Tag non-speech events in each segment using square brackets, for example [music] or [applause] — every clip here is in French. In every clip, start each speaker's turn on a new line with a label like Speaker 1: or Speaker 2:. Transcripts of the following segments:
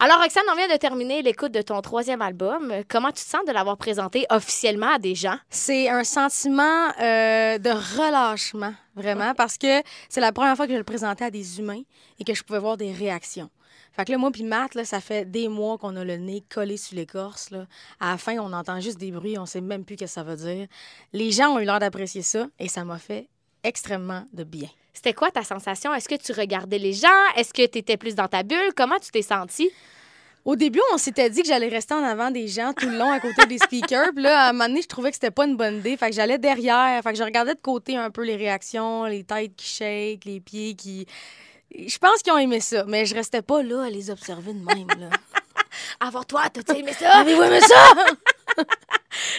Speaker 1: Alors, Roxane, on vient de terminer l'écoute de ton troisième album. Comment tu te sens de l'avoir présenté officiellement à des gens?
Speaker 2: C'est un sentiment euh, de relâchement, vraiment, parce que c'est la première fois que je le présentais à des humains et que je pouvais voir des réactions. Fait que là, moi puis Matt, là, ça fait des mois qu'on a le nez collé sur l'écorce. là. À la fin, on entend juste des bruits, on sait même plus ce que ça veut dire. Les gens ont eu l'air d'apprécier ça et ça m'a fait extrêmement de bien.
Speaker 1: C'était quoi ta sensation? Est-ce que tu regardais les gens? Est-ce que tu étais plus dans ta bulle? Comment tu t'es sentie?
Speaker 2: Au début, on s'était dit que j'allais rester en avant des gens tout le long à côté des speakers. Puis là, à un moment donné, je trouvais que c'était pas une bonne idée. Fait que j'allais derrière. Fait que je regardais de côté un peu les réactions, les têtes qui shake, les pieds qui. Je pense qu'ils ont aimé ça, mais je restais pas là à les observer de même. Là.
Speaker 1: Avant Ah, toi, t'as-tu aimé ça?
Speaker 2: Avez-vous aimé ça?
Speaker 1: [laughs]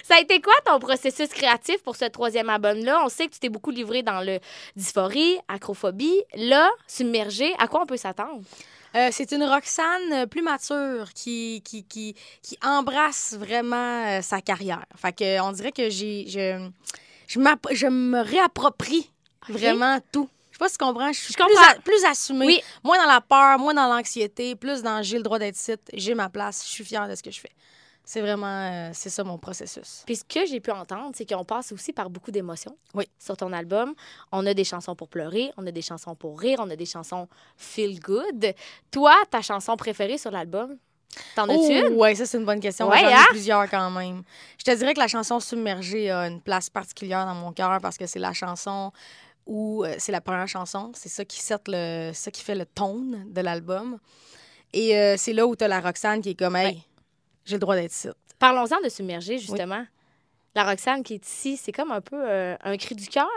Speaker 1: Ça a été quoi ton processus créatif pour ce troisième album-là? On sait que tu t'es beaucoup livré dans le dysphorie, acrophobie. Là, submergé, à quoi on peut s'attendre?
Speaker 2: Euh, c'est une Roxane euh, plus mature qui, qui, qui, qui embrasse vraiment euh, sa carrière. Fait que, euh, on dirait que j'ai, je, je, m'app- je me réapproprie vraiment tout. Je sais pas si tu comprends. Je suis
Speaker 1: Je
Speaker 2: plus,
Speaker 1: comprends.
Speaker 2: a- plus assumée.
Speaker 1: Oui.
Speaker 2: Moins dans la peur, moins dans l'anxiété, plus dans j'ai le droit d'être site, j'ai ma place, je suis fière de ce que je fais. C'est vraiment, euh, c'est ça mon processus.
Speaker 1: Puis ce que j'ai pu entendre, c'est qu'on passe aussi par beaucoup d'émotions
Speaker 2: Oui.
Speaker 1: sur ton album. On a des chansons pour pleurer, on a des chansons pour rire, on a des chansons feel good. Toi, ta chanson préférée sur l'album, t'en as-tu une?
Speaker 2: Oh, ouais, ça c'est une bonne question.
Speaker 1: Ouais,
Speaker 2: J'en ai
Speaker 1: hein?
Speaker 2: plusieurs quand même. Je te dirais que la chanson Submergée a une place particulière dans mon cœur parce que c'est la chanson où euh, c'est la première chanson, c'est ça qui set le ça qui fait le tone de l'album. Et euh, c'est là où tu as la Roxane qui est comme hey,
Speaker 1: Ouais.
Speaker 2: j'ai le droit d'être ici.
Speaker 1: Parlons-en de submerger, justement. La Roxane qui est ici, c'est comme un peu euh, un cri du cœur.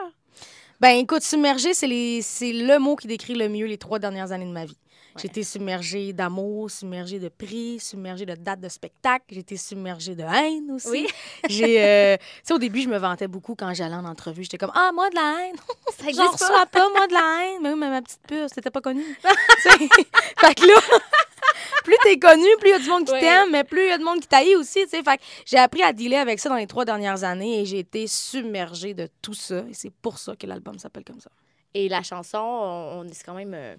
Speaker 2: Ben écoute, submergée, c'est les- c'est le mot qui décrit le mieux les trois dernières années de ma vie. J'ai
Speaker 1: Ouais.
Speaker 2: été submergée d'amour, submergée de prix, submergée de dates de spectacle, j'ai été submergée de haine aussi.
Speaker 1: Oui.
Speaker 2: j'ai euh, tu sais au début, je me vantais beaucoup quand j'allais en entrevue, j'étais comme ah moi de la haine,
Speaker 1: Ça
Speaker 2: j'en
Speaker 1: existe pas.
Speaker 2: reçois pas moi de la haine, mais oui, mais ma petite puce, t'étais
Speaker 1: [laughs]
Speaker 2: pas connue. Tu sais, fait que là Plus t'es connu, plus il y a du monde qui
Speaker 1: Ouais.
Speaker 2: t'aime, mais plus il y a du monde qui t'haït aussi. tu sais. Fait que j'ai appris à dealer avec ça dans les trois dernières années et j'ai été submergée de tout ça. Et c'est pour ça que l'album s'appelle comme ça.
Speaker 1: Et la chanson, on, on- c'est quand même. euh,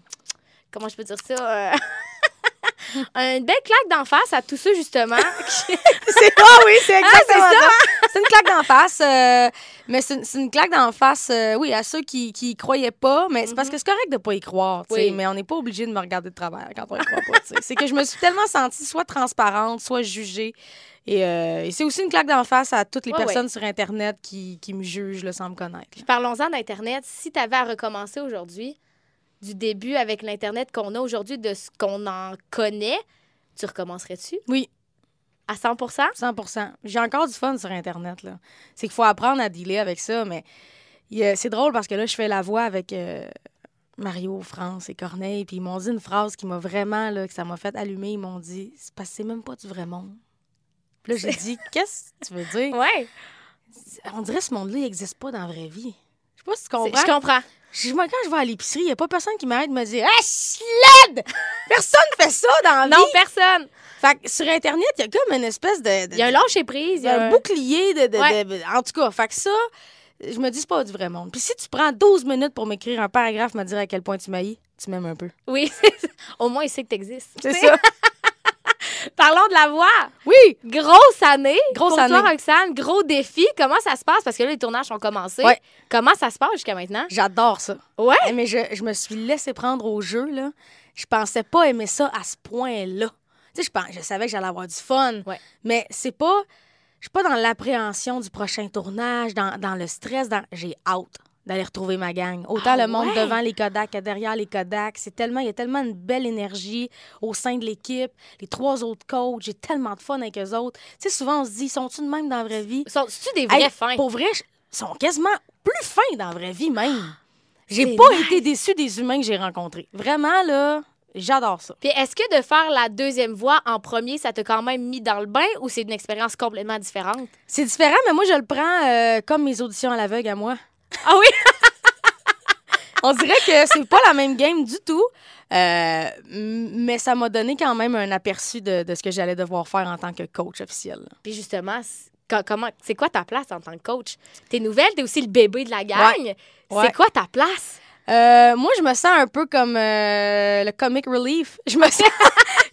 Speaker 1: comment je peux dire ça? euh, [laughs] une belle claque d'en face à tous ceux, justement. [laughs] qui-
Speaker 2: [laughs] C'est ah oui, c'est exactement
Speaker 1: c'est
Speaker 2: ça. C'est une claque d'en face, euh, mais c'est une- c'est une claque d'en face, euh, oui, à ceux qui qui y croyaient pas, mais c'est parce que c'est correct de pas y croire, tu sais,
Speaker 1: Oui.
Speaker 2: mais on n'est pas obligé de me regarder de travers quand on y croit pas, tu sais. C'est que je me suis tellement sentie soit transparente, soit jugée. Et, euh, et c'est aussi une claque d'en face à toutes les
Speaker 1: Ouais,
Speaker 2: personnes sur Internet qui, qui me jugent, le sans me connaître.
Speaker 1: Puis parlons-en d'Internet. Si tu avais à recommencer aujourd'hui, du début avec l'Internet qu'on a aujourd'hui, de ce qu'on en connaît, tu recommencerais-tu?
Speaker 2: Oui.
Speaker 1: À 100
Speaker 2: 100 J'ai encore du fun sur Internet. là. C'est qu'il faut apprendre à dealer avec ça, mais il y a- c'est drôle parce que là, je fais la voix avec euh, Mario, France et Corneille, puis ils m'ont dit une phrase qui m'a vraiment, là, que ça m'a fait allumer. Ils m'ont dit C'est parce que c'est même pas du vrai monde. Puis là, j'ai dit Qu'est-ce que tu veux dire
Speaker 1: Ouais.
Speaker 2: On dirait que ce monde-là, il n'existe pas dans la vraie vie. Je sais pas si tu
Speaker 1: C'est-
Speaker 2: comprends.
Speaker 1: Je comprends.
Speaker 2: Je- moi, quand je vais à l'épicerie, il n'y a pas personne qui m'arrête de me dire Ah, sled Personne fait ça dans la
Speaker 1: Ah, Non,
Speaker 2: vie.
Speaker 1: personne.
Speaker 2: Fait que sur Internet, il y a comme une espèce de. de-
Speaker 1: Il y a un lâcher prise. il y a un-
Speaker 2: bouclier de, de-
Speaker 1: Ouais.
Speaker 2: de- En tout cas, fait que ça, je me dis, c'est pas du vrai monde. Puis si tu prends 12 minutes pour m'écrire un paragraphe, me dire à quel point tu m'haïs, tu m'aimes un peu.
Speaker 1: Oui, [laughs] c'est ça. au moins, il sait que t'existes.
Speaker 2: C'est ça.
Speaker 1: Parlons de la voix.
Speaker 2: [laughs] Oui!
Speaker 1: Grosse année.
Speaker 2: Grosse
Speaker 1: pour toi,
Speaker 2: année.
Speaker 1: Roxane. Gros défi. Comment ça se passe? Parce que là, les tournages ont commencé.
Speaker 2: Ouais.
Speaker 1: Comment ça se passe jusqu'à maintenant?
Speaker 2: J'adore ça.
Speaker 1: Ouais.
Speaker 2: Eh, Mais je, je me suis laissée prendre au jeu, là. Je pensais pas aimer ça à ce point-là. Tu sais, je, pens- je savais que j'allais avoir du fun.
Speaker 1: Ouais.
Speaker 2: Mais c'est pas. Je suis pas dans l'appréhension du prochain tournage, dans, dans le stress. Dans... J'ai hâte d'aller retrouver ma gang. Autant
Speaker 1: Ah
Speaker 2: le monde
Speaker 1: ouais?
Speaker 2: devant les Kodak que derrière les Kodak. C'est tellement, il y a tellement une belle énergie au sein de l'équipe. Les trois autres coachs, j'ai tellement de fun avec eux autres. Tu sais, souvent, on se dit, sont-ils de même dans la vraie vie?
Speaker 1: Sont- C'est-tu des vrais
Speaker 2: Hey,
Speaker 1: fins?
Speaker 2: Pour vrai, je- sont quasiment plus fins dans la vraie vie même.
Speaker 1: C'est
Speaker 2: J'ai pas été déçue des humains que j'ai rencontrés. Vraiment, là, j'adore ça.
Speaker 1: Puis est-ce que de faire la deuxième voix en premier, ça t'a quand même mis dans le bain ou c'est une expérience complètement différente?
Speaker 2: C'est différent, mais moi, je le prends euh, comme mes auditions à l'aveugle à moi.
Speaker 1: Ah oui?
Speaker 2: On dirait [laughs] que c'est pas la même game du tout, euh, m- mais ça m'a donné quand même un aperçu de, de ce que j'allais devoir faire en tant que coach officiel. là.
Speaker 1: [laughs] Puis justement, c'est- co- comment c'est quoi ta place en tant que coach? T'es nouvelle, t'es aussi le bébé de la gang.
Speaker 2: Ouais.
Speaker 1: C'est quoi ta place?
Speaker 2: Euh, moi, [laughs] je me sens un peu comme euh, le comic relief. Je me sens,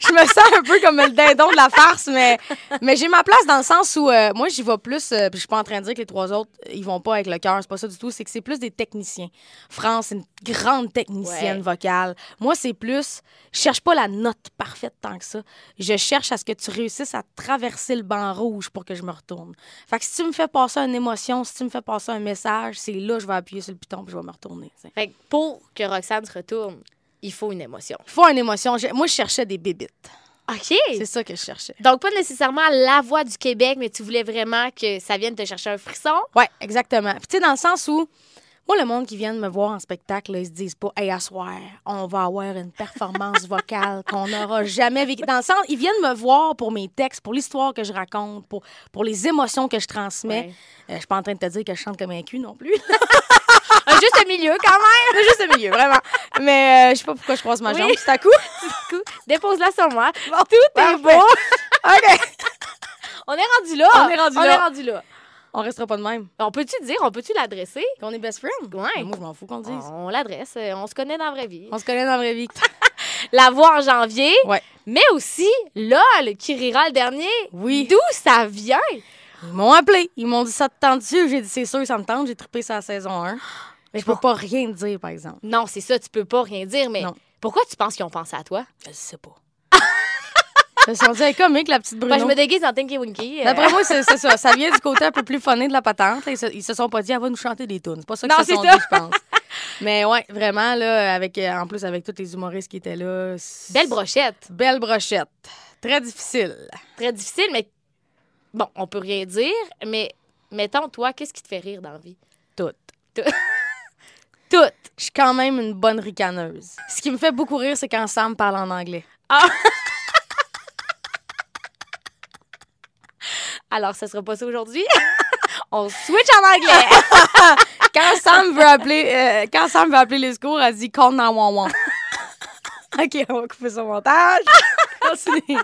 Speaker 2: je me sens un peu comme le dindon de la farce, mais, mais j'ai ma place dans le sens où euh, moi, j'y vais plus. euh, puis je suis pas en train de dire que les trois autres, euh, ils vont pas avec le cœur. C'est pas ça du tout. C'est que c'est plus des techniciens. France, c'est une grande technicienne
Speaker 1: Ouais.
Speaker 2: vocale. Moi, c'est plus. Je cherche pas la note parfaite tant que ça. Je cherche à ce que tu réussisses à traverser le banc rouge pour que je me retourne. Fait que si tu me fais passer une émotion, si tu me fais passer un message, c'est là que je vais appuyer sur le piton puis je vais me retourner. tu sais.
Speaker 1: Fait que pour que Roxane se retourne, il faut une émotion.
Speaker 2: Faut une émotion. J'ai- Moi, je cherchais des bébites.
Speaker 1: OK.
Speaker 2: C'est ça que je cherchais.
Speaker 1: Donc, pas nécessairement la voix du Québec, mais tu voulais vraiment que ça vienne te chercher un
Speaker 2: [laughs]
Speaker 1: frisson.
Speaker 2: Ouais, exactement. Puis tu sais, dans le sens où, moi, le monde qui vient de me voir en spectacle, là, ils se disent pas, hey, à soir, on va avoir une performance vocale qu'on n'aura jamais vécue. Dans le sens, ils viennent me voir pour mes textes, pour l'histoire que je raconte, pour, pour les émotions que je transmets.
Speaker 1: Ouais.
Speaker 2: Euh, je suis pas en train de te dire que je chante comme un cul non plus. [laughs]
Speaker 1: Ah, juste le milieu, quand même. [laughs]
Speaker 2: C'est juste le milieu, vraiment. Mais euh, je sais pas pourquoi je croise ma
Speaker 1: Oui.
Speaker 2: jambe tout à [laughs] coup.
Speaker 1: Coup, Dépose-la sur moi.
Speaker 2: Tout
Speaker 1: T'es beau.
Speaker 2: [laughs] OK.
Speaker 1: On est rendu là.
Speaker 2: On est rendu là.
Speaker 1: est rendu là.
Speaker 2: On restera pas de même.
Speaker 1: On peut-tu dire, on peut-tu l'adresser?
Speaker 2: Qu'on est best friends?
Speaker 1: Ouais.
Speaker 2: Moi, je m'en fous qu'on le dise.
Speaker 1: On l'adresse. euh, On se connaît dans la vraie vie.
Speaker 2: On se connaît dans la vraie vie.
Speaker 1: La voix en janvier.
Speaker 2: Ouais.
Speaker 1: Mais aussi, LOL, qui rira le dernier.
Speaker 2: Oui.
Speaker 1: D'où ça vient?
Speaker 2: Ils m'ont appelé. Ils m'ont dit ça te tente-tu? J'ai dit c'est sûr, ça me tente. J'ai trippé sa saison 1. Mais je peux pas rien te dire, par exemple.
Speaker 1: Non, c'est ça, tu peux pas rien dire, mais
Speaker 2: Non.
Speaker 1: pourquoi tu penses qu'ils ont pensé à toi?
Speaker 2: Je sais pas. Je me suis rendue comique, la petite Bruno.
Speaker 1: Ben, je me déguise en Tinky Winky. euh,
Speaker 2: D'après moi, c'est c'est ça. Ça vient du côté un peu plus funné de la patente. là. Ils se, ils se sont pas dit, elle va nous chanter des tunes. C'est pas ça que
Speaker 1: Non,
Speaker 2: se
Speaker 1: c'est
Speaker 2: sont
Speaker 1: ça.
Speaker 2: dit, je pense. Mais ouais, vraiment, là, avec, euh, en plus, avec tous les humoristes qui étaient là. c'est-
Speaker 1: Belle brochette.
Speaker 2: Belle brochette. Très difficile.
Speaker 1: Très difficile, mais bon, on peut rien dire, mais mettons, toi, qu'est-ce qui te fait rire dans la vie?
Speaker 2: Tout.
Speaker 1: Tout.
Speaker 2: Tout. Je suis quand même une bonne ricaneuse. Ce qui me fait beaucoup rire, c'est quand Sam parle en anglais.
Speaker 1: Alors, ce sera pas ça aujourd'hui. [laughs] on switch en anglais.
Speaker 2: [laughs] Quand Sam veut appeler, euh, quand Sam veut appeler les secours, elle dit call 911. [laughs] OK, on va couper son montage. [laughs] Continue.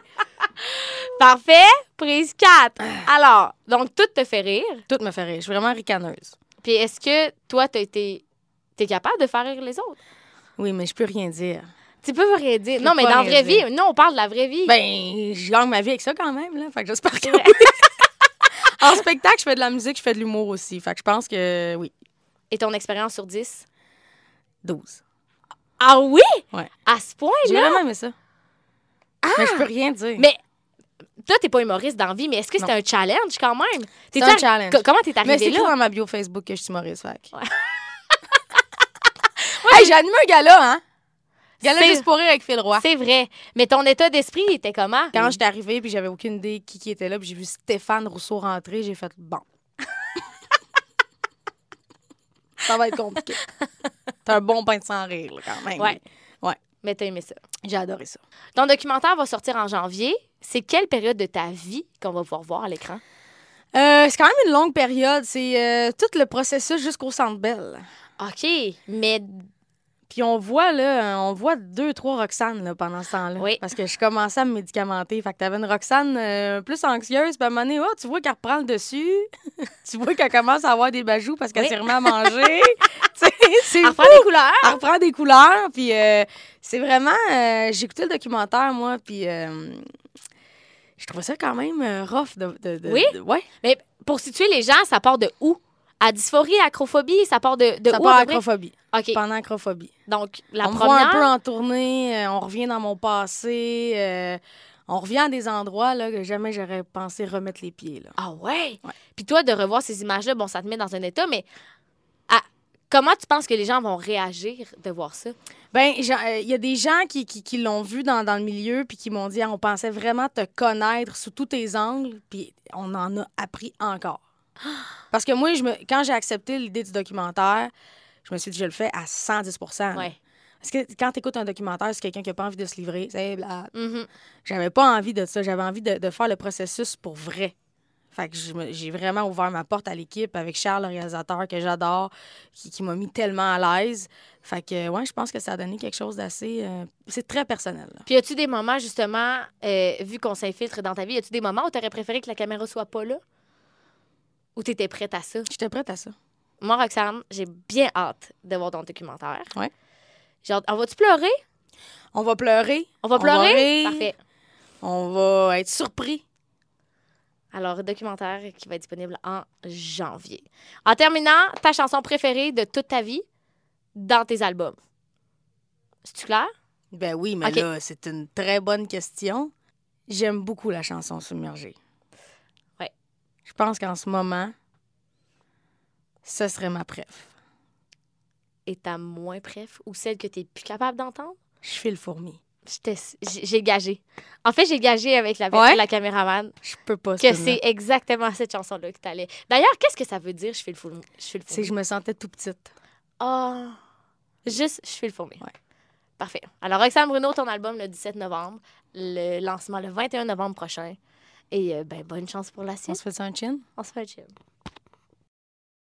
Speaker 1: Parfait. Prise 4. Alors, donc, tout te fait rire.
Speaker 2: Tout me fait rire. Je suis vraiment ricaneuse.
Speaker 1: Puis, est-ce que toi, t'as été. T'es capable de faire rire les autres?
Speaker 2: Oui, mais je peux rien dire.
Speaker 1: Tu peux rien dire. Non,
Speaker 2: peux
Speaker 1: mais
Speaker 2: pas
Speaker 1: dans la
Speaker 2: rien
Speaker 1: vraie
Speaker 2: dire.
Speaker 1: vie. Non, on parle de la vraie vie.
Speaker 2: Ben, je gagne ma vie avec ça quand même, là. Fait que j'espère que
Speaker 1: vrai.
Speaker 2: oui. [laughs] En spectacle, je fais de la musique, je fais de l'humour aussi. Fait que je pense que oui,
Speaker 1: Et ton expérience sur 10?
Speaker 2: 12.
Speaker 1: Ah oui?
Speaker 2: Ouais.
Speaker 1: À ce
Speaker 2: J'ai
Speaker 1: point-là?
Speaker 2: vraiment aimé ça. Ah! Mais je peux rien dire.
Speaker 1: Mais toi, t'es pas humoriste dans la vie, mais est-ce que c'est
Speaker 2: Non.
Speaker 1: un challenge quand même?
Speaker 2: C'est
Speaker 1: T'es
Speaker 2: un
Speaker 1: arri-
Speaker 2: challenge.
Speaker 1: Co- Comment t'es
Speaker 2: Mais c'est
Speaker 1: arrivé
Speaker 2: écrit
Speaker 1: là?
Speaker 2: dans ma bio Facebook que je suis humoriste, fait. que- [laughs]
Speaker 1: Ouais.
Speaker 2: hey, j'ai animé un gala, hein? Gala
Speaker 1: C'est-
Speaker 2: juste pour rire avec Phil Roy.
Speaker 1: C'est vrai. Mais ton état d'esprit, il était comment?
Speaker 2: Quand j'étais arrivée, puis j'avais aucune idée qui, qui était là, puis j'ai vu Stéphane Rousseau rentrer, j'ai fait bon. [laughs] ça va être compliqué. [laughs] T'as un bon pain de sans rire, là, quand même.
Speaker 1: Ouais.
Speaker 2: Ouais.
Speaker 1: Mais t'as aimé ça.
Speaker 2: J'ai adoré ça.
Speaker 1: Ton documentaire va sortir en janvier. C'est quelle période de ta vie qu'on va pouvoir voir à l'écran?
Speaker 2: Euh, c'est quand même une longue période. C'est euh, tout le processus jusqu'au Centre Bell.
Speaker 1: OK. Mais
Speaker 2: Puis on voit, là, euh, on voit deux, trois Roxane là, pendant ce temps-là.
Speaker 1: Oui.
Speaker 2: Parce que je commençais à me médicamenter. Fait que t'avais une Roxane euh, plus anxieuse. Puis à un moment donné, oh, tu vois qu'elle reprend le dessus. [laughs] tu vois qu'elle commence à avoir des bajoux parce qu'elle
Speaker 1: Oui.
Speaker 2: s'est remise
Speaker 1: [laughs]
Speaker 2: à manger. tu sais, c'est
Speaker 1: à
Speaker 2: fou.
Speaker 1: refaire des couleurs.
Speaker 2: Elle reprend des couleurs. Puis euh, c'est vraiment... euh, J'ai écouté le documentaire, moi, puis... euh, je trouvais ça quand même euh, rough de... de- de-
Speaker 1: Oui?
Speaker 2: de- ouais.
Speaker 1: Mais pour situer les gens, ça part de où? À dysphorie, acrophobie, ça part de, de
Speaker 2: ça
Speaker 1: où?
Speaker 2: part
Speaker 1: à
Speaker 2: à
Speaker 1: peu près?
Speaker 2: acrophobie.
Speaker 1: OK.
Speaker 2: Pendant acrophobie.
Speaker 1: Donc, la
Speaker 2: on me voit
Speaker 1: première.
Speaker 2: un peu en tournée, euh, on revient dans mon passé, euh, on revient à des endroits là, que jamais j'aurais pensé remettre les pieds. Là.
Speaker 1: Ah ouais?
Speaker 2: Ouais.
Speaker 1: Puis toi, de revoir ces images-là, bon, ça te met dans un état, mais à- comment tu penses que les gens vont réagir de voir ça?
Speaker 2: Ben, j'en- euh, il y a des gens qui, qui, qui l'ont vu dans, dans le milieu puis qui m'ont dit Ah, on pensait vraiment te connaître sous tous tes angles, puis on en a appris
Speaker 1: [gasps]
Speaker 2: encore. Parce que moi, je me, quand j'ai accepté l'idée du documentaire, je me suis dit je le fais à 110 là.
Speaker 1: Ouais.
Speaker 2: Parce que quand tu écoutes un documentaire sur quelqu'un qui n'a pas envie de se livrer, c'est bla,
Speaker 1: Mhm.
Speaker 2: J'avais pas envie de ça. J'avais envie de, de faire le processus pour vrai. Fait que je me- j'ai vraiment ouvert ma porte à l'équipe avec Charles, le réalisateur que j'adore, qui, qui m'a mis tellement à l'aise. Fait que, ouais, je pense que ça a donné quelque chose d'assez. euh, c'est très personnel. là.
Speaker 1: Puis, as-tu des moments, justement, euh, vu qu'on s'infiltre dans ta vie, as-tu des moments où t'aurais préféré que la caméra soit pas là? Ou t'étais prête à ça?
Speaker 2: J'étais prête à ça.
Speaker 1: Moi, Roxane, j'ai bien hâte de voir ton documentaire.
Speaker 2: Ouais.
Speaker 1: Genre, on va-tu pleurer?
Speaker 2: On va pleurer.
Speaker 1: On va
Speaker 2: On va
Speaker 1: pleurer?
Speaker 2: rire.
Speaker 1: Parfait.
Speaker 2: On va être surpris.
Speaker 1: Alors, documentaire qui va être disponible en janvier. En terminant, ta chanson préférée de toute ta vie dans tes albums. C'est-tu clair?
Speaker 2: Ben oui, mais
Speaker 1: OK.
Speaker 2: là, c'est une très bonne question. J'aime beaucoup la chanson Submergée.
Speaker 1: Ouais.
Speaker 2: Je pense qu'en ce moment, ce serait ma préf.
Speaker 1: Et ta moins préf ou celle que tu plus capable d'entendre?
Speaker 2: Je fais le fourmi.
Speaker 1: J'étais- J'ai j'ai gagé. En fait, j'ai gagé avec la,
Speaker 2: Ouais?
Speaker 1: la caméraman
Speaker 2: Je peux pas
Speaker 1: que
Speaker 2: se
Speaker 1: c'est
Speaker 2: permettre.
Speaker 1: exactement cette chanson-là que t'allais. D'ailleurs, qu'est-ce que ça veut dire, je fais le fourmi? Je fais le
Speaker 2: C'est
Speaker 1: fourmi.
Speaker 2: que je me sentais tout petite.
Speaker 1: Ah! Juste, je fais le fourmi.
Speaker 2: Ouais.
Speaker 1: Parfait. Alors, Roxane Bruno, ton album le 17 novembre, le lancement le 21 novembre prochain. Et euh, ben, bonne chance pour la
Speaker 2: On
Speaker 1: suite.
Speaker 2: se fait ça un chin?
Speaker 1: On se fait un chill.